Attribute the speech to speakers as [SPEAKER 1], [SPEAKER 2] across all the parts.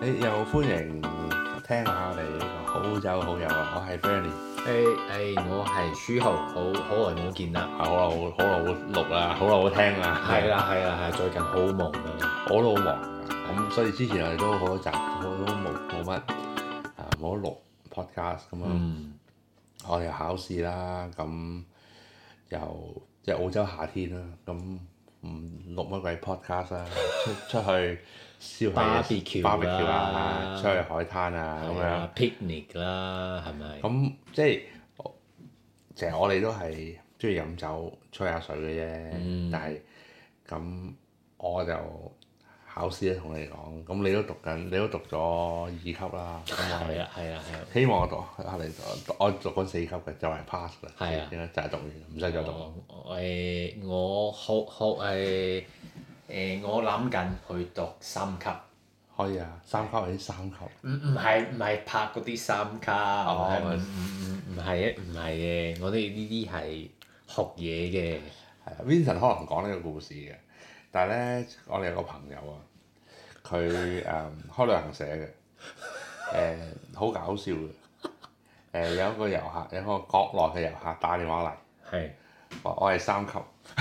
[SPEAKER 1] 你又歡迎聽下我哋呢個好酒好友啊！我係 Bernie，
[SPEAKER 2] 誒誒、我係書豪，好好耐冇見啦。
[SPEAKER 1] 啊好耐好好耐冇錄啦，好耐冇聽啦，
[SPEAKER 2] 係，啊啦係啦係，最近好忙啊。
[SPEAKER 1] 我都好忙啊，咁所以之前我哋都好多集都都冇冇乜啊冇得錄 podcast 咁樣，
[SPEAKER 2] 嗯，
[SPEAKER 1] 我哋又考試啦，咁又即係澳洲夏天啦，咁唔錄乜鬼 podcast 啦，出出去燒下嘢
[SPEAKER 2] Barbecue 啦
[SPEAKER 1] barbecue 啊，出去海灘啊咁
[SPEAKER 2] 係
[SPEAKER 1] 樣。
[SPEAKER 2] 啊，picnic 啦，係咪？
[SPEAKER 1] 咁即係我其實我哋都係中意飲酒吹下水嘅啫，
[SPEAKER 2] 嗯
[SPEAKER 1] 但係咁我就考試咧同你講，咁你都讀緊，你都讀咗二級啦，咁我
[SPEAKER 2] 係
[SPEAKER 1] 係
[SPEAKER 2] 啊係啊係啊。
[SPEAKER 1] 希望我讀下嚟讀我讀咗四級嘅就係 pass 啦，
[SPEAKER 2] 係啊哦
[SPEAKER 1] 應該就係讀完，唔使再讀。
[SPEAKER 2] 我誒我學學誒誒，我諗緊去讀三級。
[SPEAKER 1] 可以啊，三級或者三級，
[SPEAKER 2] 唔唔係唔係拍嗰啲三卡，唔係
[SPEAKER 1] 哦
[SPEAKER 2] 唔唔唔唔係唔係嘅，我哋呢啲係學嘢嘅。
[SPEAKER 1] 係啊，Vincent 可能講呢個故事嘅，但係咧我哋有個朋友啊，佢誒、開旅行社嘅，誒、好搞笑嘅，誒、有一個遊客，有一個國內嘅遊客打電話
[SPEAKER 2] 係
[SPEAKER 1] 嚟，話我係三級，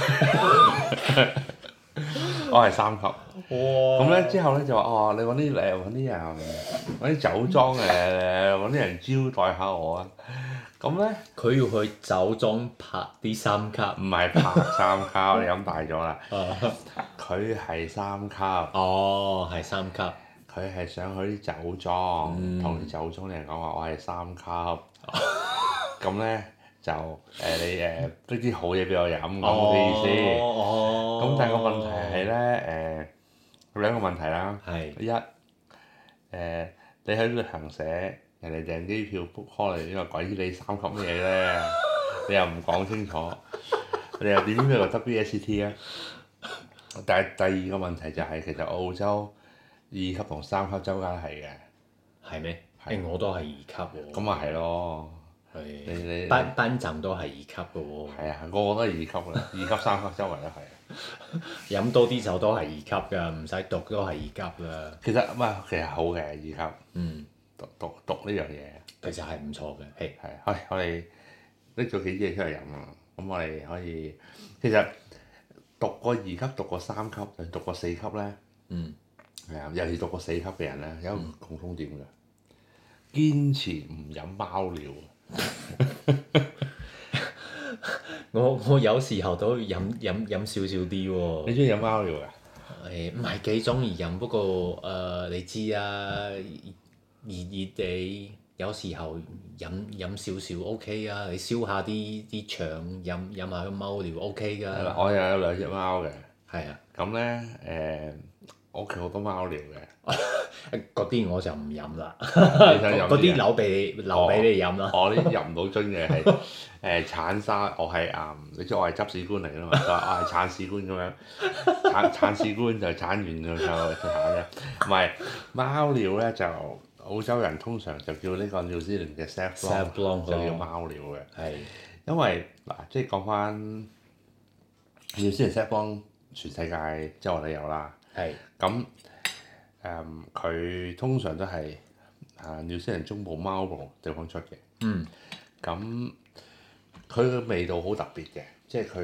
[SPEAKER 1] 我係三級，
[SPEAKER 2] 哇
[SPEAKER 1] 咁咧之後咧就話哦，你揾啲誒揾啲人揾啲酒莊誒揾啲人招待下我啊，咁咧。
[SPEAKER 2] 佢要去酒莊拍啲三卡。
[SPEAKER 1] 唔係拍三卡，我哋飲大咗啦。
[SPEAKER 2] 啊
[SPEAKER 1] 佢係三卡，
[SPEAKER 2] 哦，係三級。
[SPEAKER 1] 佢係想去啲酒莊，
[SPEAKER 2] 嗯哦
[SPEAKER 1] 同啲、酒莊啲人講話我係三級， 咁咧就誒、你誒拎啲好嘢俾我飲咁嘅意思。咁、
[SPEAKER 2] 哦，
[SPEAKER 1] 但係個問題係咧誒兩個問題啦，
[SPEAKER 2] 係
[SPEAKER 1] 一誒、你喺旅行社人哋訂機票 book call 你，因為鬼知你三級乜嘢咧，你又唔講清楚，你又點知佢個 WSET 啊？但係第二個問題就係、其實澳洲二級同三級周街係嘅，
[SPEAKER 2] 係咩？
[SPEAKER 1] 係
[SPEAKER 2] 誒，我都係二級喎。
[SPEAKER 1] 咁咪係咯，你
[SPEAKER 2] 係
[SPEAKER 1] 你
[SPEAKER 2] 班班站都係二級嘅喎，
[SPEAKER 1] 係啊，個個都係二級㗎啦，二級三級周圍都係。
[SPEAKER 2] 飲多啲酒都係二級㗎，唔使讀都係二級㗎。
[SPEAKER 1] 其實唔係，其實好嘅二級
[SPEAKER 2] 嗯，
[SPEAKER 1] 讀讀讀呢樣嘢。
[SPEAKER 2] 其實係唔錯嘅。係
[SPEAKER 1] 係，喂，我哋拎咗幾支嘢出嚟飲啊！咁我哋可以，其實讀過二級、讀過三級、又讀過四級咧，
[SPEAKER 2] 嗯，
[SPEAKER 1] 係啊，尤其讀過四級嘅人咧，有一個共通點嘅，堅持唔飲貓尿。
[SPEAKER 2] 我我有時候都飲飲飲少少啲喎。
[SPEAKER 1] 你中意飲貓尿㗎？啊
[SPEAKER 2] 誒呃唔係幾中意飲，不過誒、呃你知啊，熱熱地有時候飲飲少少 OK 啊，你燒下啲啲腸，飲飲下佢踎尿 OK
[SPEAKER 1] 係啦
[SPEAKER 2] 噶，
[SPEAKER 1] 我又有兩隻貓嘅，
[SPEAKER 2] 係啊，
[SPEAKER 1] 咁咧誒，我屋企好多貓尿 嘅，
[SPEAKER 2] 嗰啲我就唔飲啦，
[SPEAKER 1] 你想飲啊哦
[SPEAKER 2] 嗰啲
[SPEAKER 1] 嘢
[SPEAKER 2] 留俾你留俾你飲 啦，
[SPEAKER 1] 我呢啲入唔到樽嘅係 誒鏟沙，我係誒你知我係執事官嚟噶嘛，佢 話我係鏟事官咁樣，鏟鏟事官就鏟完就就鏟啫，唔係貓尿咧就澳洲人通常就叫呢個 New Zealand 嘅 s a f r o n
[SPEAKER 2] Sauvignon
[SPEAKER 1] 就叫貓尿嘅，
[SPEAKER 2] 係
[SPEAKER 1] 因為嗱即係講翻 New Zealand s a f r o n 全世界即係我哋有啦，
[SPEAKER 2] 係
[SPEAKER 1] 咁誒佢通常都係啊 New Zealand 中部貓部地方出嘅。
[SPEAKER 2] 嗯
[SPEAKER 1] 咁佢嘅味道好特別嘅，即係佢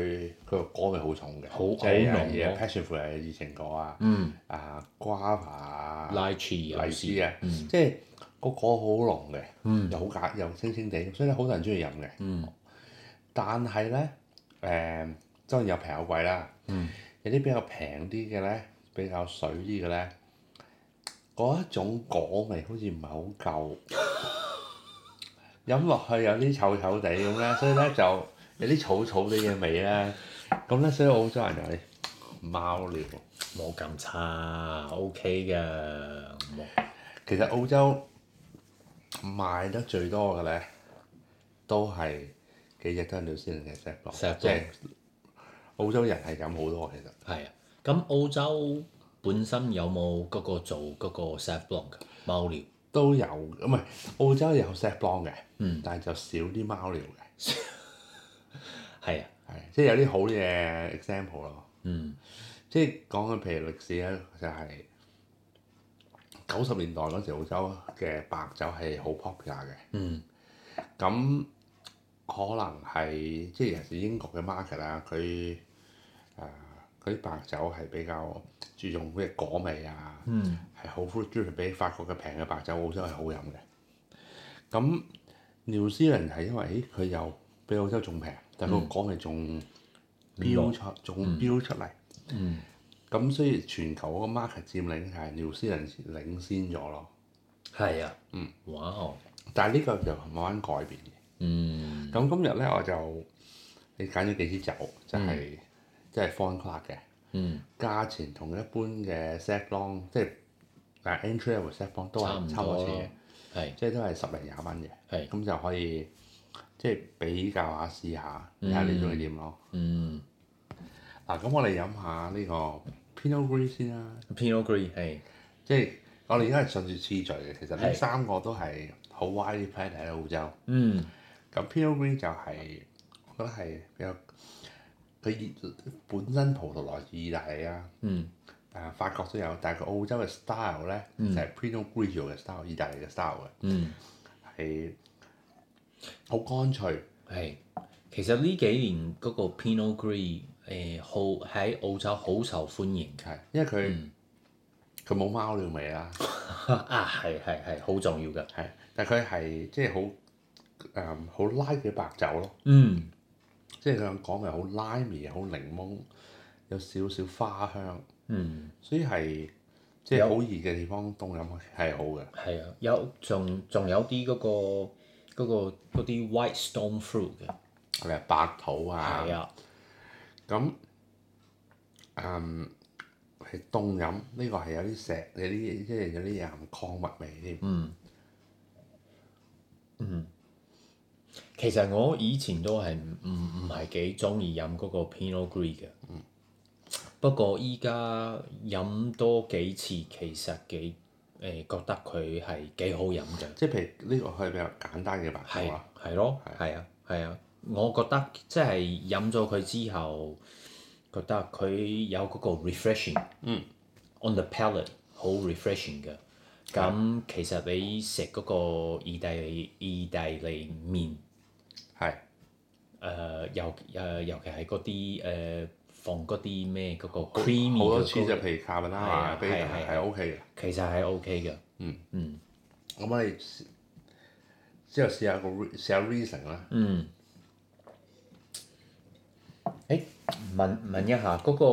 [SPEAKER 1] 佢個果味好重嘅，
[SPEAKER 2] 好
[SPEAKER 1] 即係
[SPEAKER 2] 好濃
[SPEAKER 1] 有
[SPEAKER 2] 咯
[SPEAKER 1] passion fruit 啊、熱情果啊、
[SPEAKER 2] 嗯
[SPEAKER 1] 啊瓜伐啊、
[SPEAKER 2] 拉 e
[SPEAKER 1] 荔
[SPEAKER 2] 有
[SPEAKER 1] 枝
[SPEAKER 2] 時
[SPEAKER 1] 啊，
[SPEAKER 2] 嗯
[SPEAKER 1] 即係個果好濃嘅，
[SPEAKER 2] 嗯
[SPEAKER 1] 又好解又清清地，所以咧好多人中意飲嘅。
[SPEAKER 2] 嗯
[SPEAKER 1] 但係咧誒，當然有平有貴啦。
[SPEAKER 2] 嗯
[SPEAKER 1] 有啲比較平啲嘅咧，比較水啲嘅咧，嗰一種果味好似唔係好夠，飲落去有啲臭臭地咁咧，所以咧就有啲草草地嘅味咧，咁咧所以澳洲人就係貓尿。
[SPEAKER 2] 冇咁差 OK 嘅，冇
[SPEAKER 1] 其實澳洲賣得最多嘅咧，都係幾隻都係 New Zealand 嘅 s a b l o
[SPEAKER 2] Sauvignon
[SPEAKER 1] 即係澳洲人係飲好多其實。
[SPEAKER 2] 係啊，咁澳洲本身有冇嗰個做嗰個 self block 嘅貓尿？
[SPEAKER 1] 都有，唔係澳洲有 set b l o n 嘅，
[SPEAKER 2] 嗯
[SPEAKER 1] 但係就少啲貓尿嘅，
[SPEAKER 2] 係啊，
[SPEAKER 1] 係即係有啲好嘅 example 咯。
[SPEAKER 2] 嗯
[SPEAKER 1] 即係講緊譬如歷史咧，就係、啊九十年代嗰時澳洲嘅白酒係好 popular 嘅。
[SPEAKER 2] 嗯
[SPEAKER 1] 咁可能係即係尤其是英國嘅 market 啦，佢誒嗰啲白酒係比較注重嗰啲果味啊，
[SPEAKER 2] 嗯
[SPEAKER 1] 係好 fruit driven，比法國嘅平嘅白酒澳洲係好飲嘅。咁 New Zealand 係因為咦佢又比澳洲仲平，但係佢個果味仲飆
[SPEAKER 2] 落
[SPEAKER 1] 出，仲飆出嚟。
[SPEAKER 2] 嗯
[SPEAKER 1] 咁所以全球嗰個 market 佔領係 New Zealand 領先咗咯，
[SPEAKER 2] 係啊，
[SPEAKER 1] 嗯，
[SPEAKER 2] 哇哦，
[SPEAKER 1] 但係呢個就慢慢改變嘅。
[SPEAKER 2] 嗯
[SPEAKER 1] 咁今日咧我就你揀咗幾支酒，就係、即係 Fon Clark 嘅，
[SPEAKER 2] 嗯
[SPEAKER 1] 價錢同一般嘅 Set Long 即係誒 entry level Set Long 都係差
[SPEAKER 2] 差唔
[SPEAKER 1] 唔多
[SPEAKER 2] 多咯
[SPEAKER 1] 錢嘅，
[SPEAKER 2] 係
[SPEAKER 1] 即係都係十零廿蚊嘅，
[SPEAKER 2] 係
[SPEAKER 1] 咁就可以即係比較下試下，睇下你中意點咯。
[SPEAKER 2] 嗯
[SPEAKER 1] 嗱，咁我哋飲下呢個 Pinot Gris 先啦，
[SPEAKER 2] Pinot Gris 係
[SPEAKER 1] 即係我哋而家係順住次序嘅，其實呢
[SPEAKER 2] 係
[SPEAKER 1] 三個都係好 widely planned 喺澳洲。
[SPEAKER 2] 嗯
[SPEAKER 1] 咁 Pinot Green 就係、我覺得係比較佢意本身葡萄來自意大利啊，
[SPEAKER 2] 嗯
[SPEAKER 1] 誒法國都有，但係佢澳洲嘅 style 咧、
[SPEAKER 2] 嗯
[SPEAKER 1] 就係 Pinot Grigio 嘅 style，意大利嘅 style
[SPEAKER 2] 嗯
[SPEAKER 1] 嘅，係好乾脆，
[SPEAKER 2] 係。其實呢幾年嗰個 Pinot Gris 誒好喺澳洲好受歡迎嘅
[SPEAKER 1] 係因為
[SPEAKER 2] 嗯
[SPEAKER 1] 佢佢冇貓尿味啦，
[SPEAKER 2] 啊，係係係好重要㗎。
[SPEAKER 1] 係，但係佢係即係好誒好 light 嘅白酒咯，
[SPEAKER 2] 嗯
[SPEAKER 1] 即係佢講嘅好 lime 好檸檬，有少少花香，
[SPEAKER 2] 嗯，
[SPEAKER 1] 所以係即係
[SPEAKER 2] 有
[SPEAKER 1] 好熱嘅地方凍飲係好嘅。
[SPEAKER 2] 係啊，有仲仲有啲嗰、個嗰、個嗰啲 white stone fruit 嘅，
[SPEAKER 1] 係咪白土啊
[SPEAKER 2] 係？啊，
[SPEAKER 1] 咁嗯係凍飲，呢、個係有啲石，有啲即係有啲岩礦物味添。
[SPEAKER 2] 嗯嗯。其實我以前都係唔唔唔係幾中意飲嗰個 Pinot Gris 嘅，不過依家飲多幾次，其實幾誒、覺得佢係幾好飲嘅。
[SPEAKER 1] 即係譬如呢個係比較簡單嘅白酒
[SPEAKER 2] 係
[SPEAKER 1] 啊，
[SPEAKER 2] 係咯，係啊係啊，我覺得即係飲咗佢之後，覺得佢有嗰個 refreshing，
[SPEAKER 1] 嗯
[SPEAKER 2] ，on the palate 好 refreshing 嘅。咁其實你食嗰個意大利意大利麵，誒、
[SPEAKER 1] 係
[SPEAKER 2] 尤誒、尤其係嗰啲誒放嗰啲咩嗰個
[SPEAKER 1] 好
[SPEAKER 2] creamy
[SPEAKER 1] 多
[SPEAKER 2] 嘅
[SPEAKER 1] 次就
[SPEAKER 2] 嗰個
[SPEAKER 1] 譬如卡布
[SPEAKER 2] 係
[SPEAKER 1] 拉
[SPEAKER 2] 啊
[SPEAKER 1] b e
[SPEAKER 2] 係啊係啊
[SPEAKER 1] 係 OK 嘅。
[SPEAKER 2] 其實係 OK 嘅。
[SPEAKER 1] 嗯
[SPEAKER 2] 嗯
[SPEAKER 1] 咁我哋試之後試下個 re- 試下 reason 啦。
[SPEAKER 2] 嗯。誒，問問一下嗰、個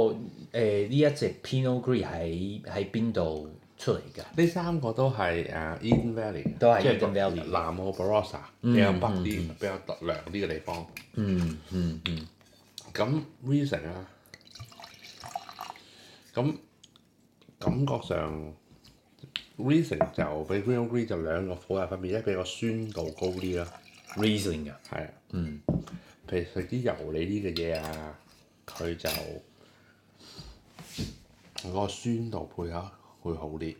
[SPEAKER 2] 呃呢、一隻 Pinot Gris 喺喺邊度出嚟㗎？
[SPEAKER 1] 呢三個都係誒 Eden Valley，
[SPEAKER 2] 都係
[SPEAKER 1] 即係
[SPEAKER 2] Eden Valley
[SPEAKER 1] 南澳 Barossa 比較北啲、比較涼啲嘅地方。
[SPEAKER 2] 嗯嗯嗯
[SPEAKER 1] 咁 reason 啊，咁感覺上 reason 就比 green green 就兩個苦大分別，一比個酸度高啲啦，
[SPEAKER 2] ，Riesling 㗎。
[SPEAKER 1] 係啊，
[SPEAKER 2] 嗯
[SPEAKER 1] 譬如食啲油膩啲嘅嘢啊，佢就個酸度配合會好啲，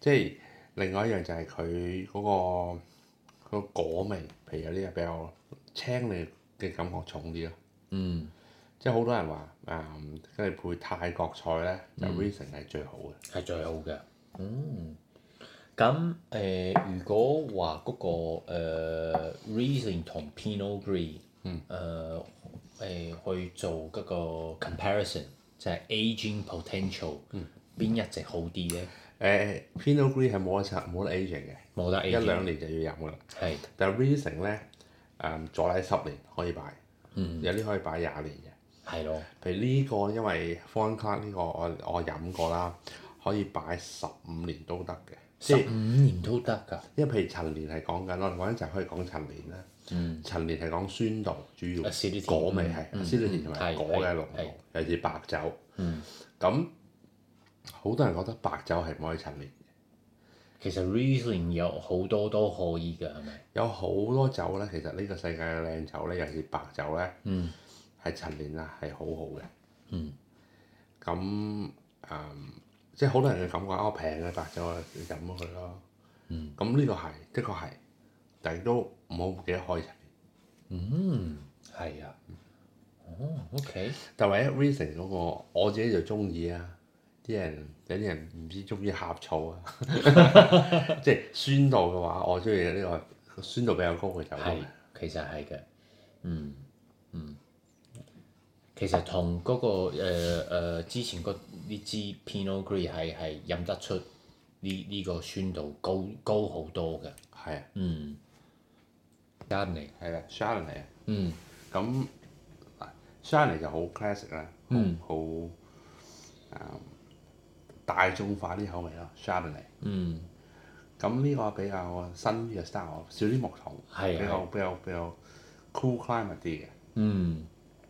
[SPEAKER 1] 即係另外一樣就係佢嗰個佢個果味，譬如有啲係比較青味嘅感覺重啲咯。
[SPEAKER 2] 嗯，
[SPEAKER 1] 即係好多人話誒，跟住配泰國菜咧，就
[SPEAKER 2] 嗯
[SPEAKER 1] Reason 係最好嘅。
[SPEAKER 2] 係最好嘅。嗯，咁誒、呃如果話嗰、個、呃、Riesling 同 Pinot Gris，嗯誒誒、去做嗰個 comparison，就係 aging potential，邊、一隻好啲咧？
[SPEAKER 1] 誒 Pinot Gris 係冇得拆冇得 aging 嘅，
[SPEAKER 2] 冇得
[SPEAKER 1] 一
[SPEAKER 2] aging。
[SPEAKER 1] 兩年就要飲噶啦。
[SPEAKER 2] 係
[SPEAKER 1] 但係 Reason 咧誒，坐底十年可以擺，
[SPEAKER 2] 嗯
[SPEAKER 1] 有啲可以擺廿年嘅。
[SPEAKER 2] 係咯，
[SPEAKER 1] 譬如呢個因為 Fon Clark 呢個我我飲過啦，可以擺十五年都得嘅。即
[SPEAKER 2] 十
[SPEAKER 1] 係
[SPEAKER 2] 五年都得㗎。
[SPEAKER 1] 因為譬如陳年係講緊，我哋嗰陣就可以講陳年啦。
[SPEAKER 2] 嗯
[SPEAKER 1] 陳年係講酸度主要
[SPEAKER 2] Acidity，
[SPEAKER 1] 果味
[SPEAKER 2] 嗯
[SPEAKER 1] 係
[SPEAKER 2] 嗯
[SPEAKER 1] acidity 同埋
[SPEAKER 2] 係
[SPEAKER 1] 果嘅濃
[SPEAKER 2] 係係
[SPEAKER 1] 度，尤其是白酒。
[SPEAKER 2] 嗯，
[SPEAKER 1] 咁好多人覺得白酒係唔可以陳年，
[SPEAKER 2] 其實 Riesling 有好多都可以㗎，係咪？
[SPEAKER 1] 有好多酒咧，其實呢個世界嘅靚酒咧，尤其是白酒咧，
[SPEAKER 2] 嗯
[SPEAKER 1] 係陳年啊係好好嘅。
[SPEAKER 2] 嗯。
[SPEAKER 1] 咁誒、嗯即係好多人嘅感覺，哦平嘅白酒啊飲咗佢咯。
[SPEAKER 2] 嗯。
[SPEAKER 1] 咁呢個係的確係，但係都唔好記得開陳年。
[SPEAKER 2] 嗯，係啊。哦，OK。
[SPEAKER 1] 但唯一 reason 嗰、個我自己就中意啊，啲人有啲人唔知中唔中意呷醋啊，即係酸度嘅話，我中意呢個酸度比較高嘅酒
[SPEAKER 2] 係
[SPEAKER 1] 咯。
[SPEAKER 2] 其實係嘅，嗯嗯，其實同嗰、個誒、呃呃之前嗰呢支 Pinot Gris 係係飲得出呢呢、個酸度高高好多嘅，
[SPEAKER 1] 係啊，
[SPEAKER 2] 嗯，加嚟，
[SPEAKER 1] 係啦 s h a r l e 嚟啊。
[SPEAKER 2] 嗯
[SPEAKER 1] 咁 s h a r l e 就好 classic 啦，好
[SPEAKER 2] 嗯
[SPEAKER 1] 好誒大眾化啲口味咯 s h a r l e 嚟。
[SPEAKER 2] 嗯，
[SPEAKER 1] 咁呢個比較新啲嘅 style，少啲木桶，
[SPEAKER 2] 係
[SPEAKER 1] 比較
[SPEAKER 2] 係，
[SPEAKER 1] 比較比較 cool climate 啲嘅。
[SPEAKER 2] 嗯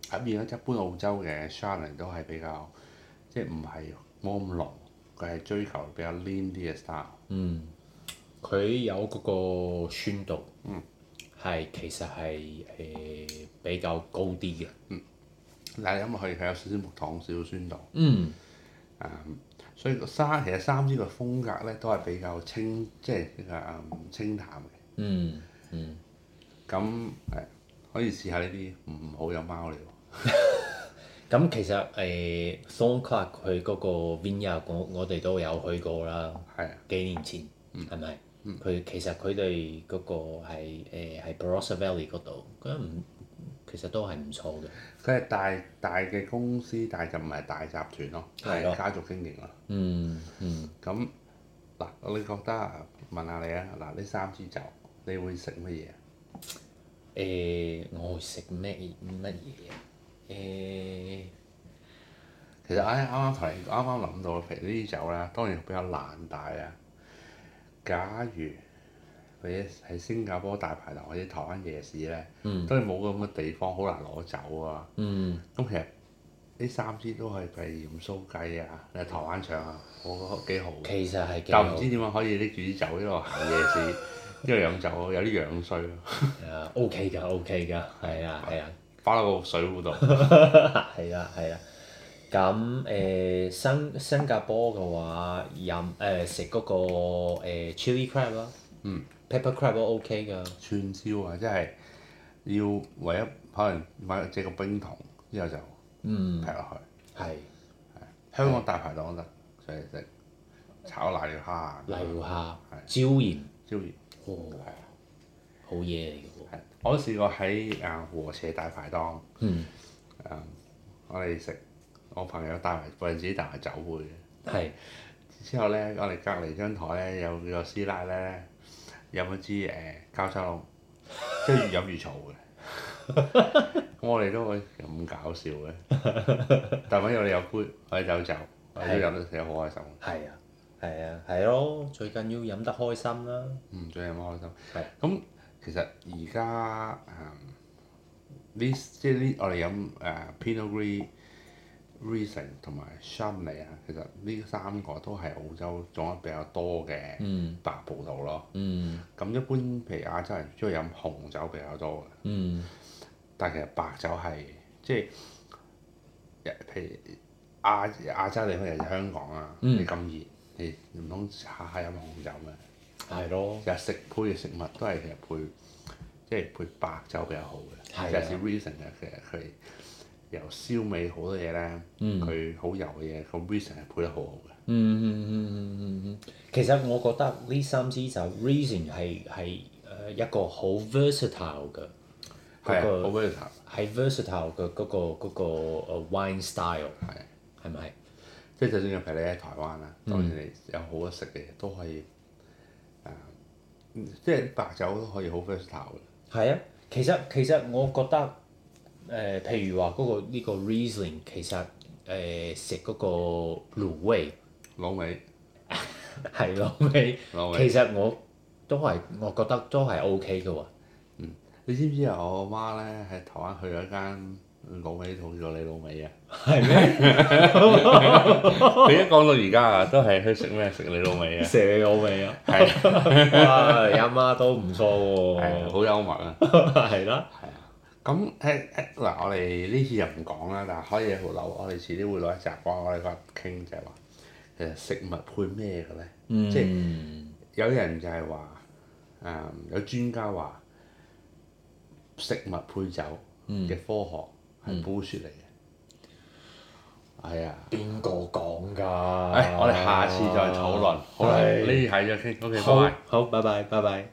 [SPEAKER 1] 咁而家一般澳洲嘅 s h a r l e 都係比較即係唔係冇咁濃，佢係追求比較 lean 啲嘅 style。
[SPEAKER 2] 嗯，佢有嗰個酸度，
[SPEAKER 1] 嗯，
[SPEAKER 2] 係其實係誒、呃比較高啲嘅，
[SPEAKER 1] 但係飲落去佢有少少木糖、少少酸度，
[SPEAKER 2] 嗯
[SPEAKER 1] 所以個三其實三支嘅風格咧都係比較清，即係呢個嗯清淡嘅。
[SPEAKER 2] 嗯嗯，
[SPEAKER 1] 咁誒可以試下呢啲唔好有貓尿。
[SPEAKER 2] 咁其實誒 Thorn Clark 佢嗰個 Vineyard，我我哋都有去過啦，
[SPEAKER 1] 係啊，
[SPEAKER 2] 幾年前係咪？佢其實佢哋嗰個係誒喺 Barossa Valley 嗰度，咁唔其實都係唔錯嘅。
[SPEAKER 1] 佢係大大嘅公司，但係就唔係大集團咯，
[SPEAKER 2] 係
[SPEAKER 1] 係
[SPEAKER 2] 咯
[SPEAKER 1] 家族經營咯。
[SPEAKER 2] 嗯嗯，
[SPEAKER 1] 咁嗱，你覺得啊問下你啊，嗱呢三支酒，你會食乜嘢？
[SPEAKER 2] 誒、呃我會食咩乜嘢？啊呃誒、
[SPEAKER 1] 其實啱啱啱同你啱啱諗到，譬如呢啲酒啦，當然比較難大啊。假如你喺新加坡大排檔或者台灣夜市咧，
[SPEAKER 2] 嗯
[SPEAKER 1] 當然冇咁嘅地方，好難攞酒啊。
[SPEAKER 2] 嗯
[SPEAKER 1] 咁其實呢三支都係譬如鹽酥雞啊，你喺台灣唱啊，我覺得幾好。
[SPEAKER 2] 其實係幾
[SPEAKER 1] 但唔
[SPEAKER 2] 好
[SPEAKER 1] 知點解可以拎住啲酒一路行夜 市，一路飲酒，有啲樣衰 咯，
[SPEAKER 2] 誒 OK 㗎 OK 㗎，係啊係啊。
[SPEAKER 1] 翻落個水壺度。
[SPEAKER 2] 係啦，係啦。咁誒、呃新新加坡嘅話，飲誒食嗰個、誒 chili crab 啦，
[SPEAKER 1] 嗯
[SPEAKER 2] ，pepper crab 都 OK 㗎。
[SPEAKER 1] 串燒啊，即係要唯一可能買隻個冰桶，之後就
[SPEAKER 2] 嗯
[SPEAKER 1] 劈，落
[SPEAKER 2] 係
[SPEAKER 1] 去。香港大排檔得，就係食炒瀨尿蝦、
[SPEAKER 2] 例如下
[SPEAKER 1] 係
[SPEAKER 2] 椒鹽，
[SPEAKER 1] 椒鹽。
[SPEAKER 2] 哦，
[SPEAKER 1] 係
[SPEAKER 2] 好嘢嚟㗎喎。
[SPEAKER 1] 係我都試過喺啊和斜大排檔，
[SPEAKER 2] 嗯，
[SPEAKER 1] 我哋食我朋友帶埋嗰陣自己帶埋酒杯嘅。
[SPEAKER 2] 係
[SPEAKER 1] 之後咧，我哋隔離張台咧有個師奶咧飲一支誒、膠沙龍，即係越飲越嘈嘅。咁我哋都會咁搞笑嘅，但係因為我哋有杯，我哋有酒，我哋都飲得成好開心。
[SPEAKER 2] 係啊，係啊，係咯，最緊要飲得開心啦。
[SPEAKER 1] 嗯，最飲得開心
[SPEAKER 2] 係。
[SPEAKER 1] 咁其實而家誒呢即係呢，我哋飲誒 Pinot Gris、Riesling 同埋 Chardonnay 啊，其實呢三個都係澳洲種得比較多嘅
[SPEAKER 2] 嗯
[SPEAKER 1] 白葡萄咯。
[SPEAKER 2] 嗯
[SPEAKER 1] 咁一般譬如亞洲人中意飲紅酒比較多嘅，
[SPEAKER 2] 嗯
[SPEAKER 1] 但係其實白酒係即係譬如亞亞洲地方，尤其是香港啊，
[SPEAKER 2] 嗯
[SPEAKER 1] 你咁熱，你唔通下下飲紅酒咩？
[SPEAKER 2] 係咯，
[SPEAKER 1] 其實食配嘅食物都係其實配即係配白酒比較好嘅，
[SPEAKER 2] 係啊
[SPEAKER 1] 尤其是 Riesling 嘅其實佢由燒味好多嘢咧，
[SPEAKER 2] 嗯
[SPEAKER 1] 佢好油嘅嘢，個 Riesling 係配得好好嘅。
[SPEAKER 2] 嗯嗯嗯嗯嗯嗯，其實我覺得呢三支就 reason 係係誒一個好 versatile 嘅，
[SPEAKER 1] 係
[SPEAKER 2] 嗰
[SPEAKER 1] 啊，
[SPEAKER 2] 個
[SPEAKER 1] 好 v e r s a
[SPEAKER 2] 係 versatile 嘅嗰、個嗰、個呃 wine style
[SPEAKER 1] 係啊
[SPEAKER 2] 係咪？
[SPEAKER 1] 即係就算譬如你喺台灣啦，當
[SPEAKER 2] 嗯
[SPEAKER 1] 然你有好多食嘅嘢都可以誒、嗯即係白酒都可以好 versatile 嘅。
[SPEAKER 2] 係啊，其實其實我覺得誒、呃譬如話嗰、個呢、個 reasoning 其實誒食嗰個滷味
[SPEAKER 1] 老味，
[SPEAKER 2] 係咯，味
[SPEAKER 1] 老味，
[SPEAKER 2] 其實我都係我覺得都係 OK 嘅喎。
[SPEAKER 1] 你知唔知啊？我媽咧喺台灣去咗一間老味，好似你老味啊！
[SPEAKER 2] 係咩？
[SPEAKER 1] 佢一講到而家啊，都係去食咩食你老味啊！
[SPEAKER 2] 蛇你老味啊！
[SPEAKER 1] 係
[SPEAKER 2] 哇，你阿媽都唔錯
[SPEAKER 1] 係
[SPEAKER 2] 喎。
[SPEAKER 1] 好幽默啊！
[SPEAKER 2] 係啦。
[SPEAKER 1] 咁誒誒嗱，我哋呢次就唔講啦，但係可以留我哋遲啲會攞一集講，我哋嗰日傾就係話其實食物配咩嘅咧？
[SPEAKER 2] 嗯
[SPEAKER 1] 即有人就係話誒，有專家話嗯食物配酒嘅科學係 bullshit 嚟嘅。係啊。
[SPEAKER 2] 邊個講㗎？
[SPEAKER 1] 哎誒，我哋下次再討論。好啦，呢
[SPEAKER 2] 係
[SPEAKER 1] 啲係咗先，OK，拜
[SPEAKER 2] 好
[SPEAKER 1] 拜。
[SPEAKER 2] 好，拜拜，拜拜。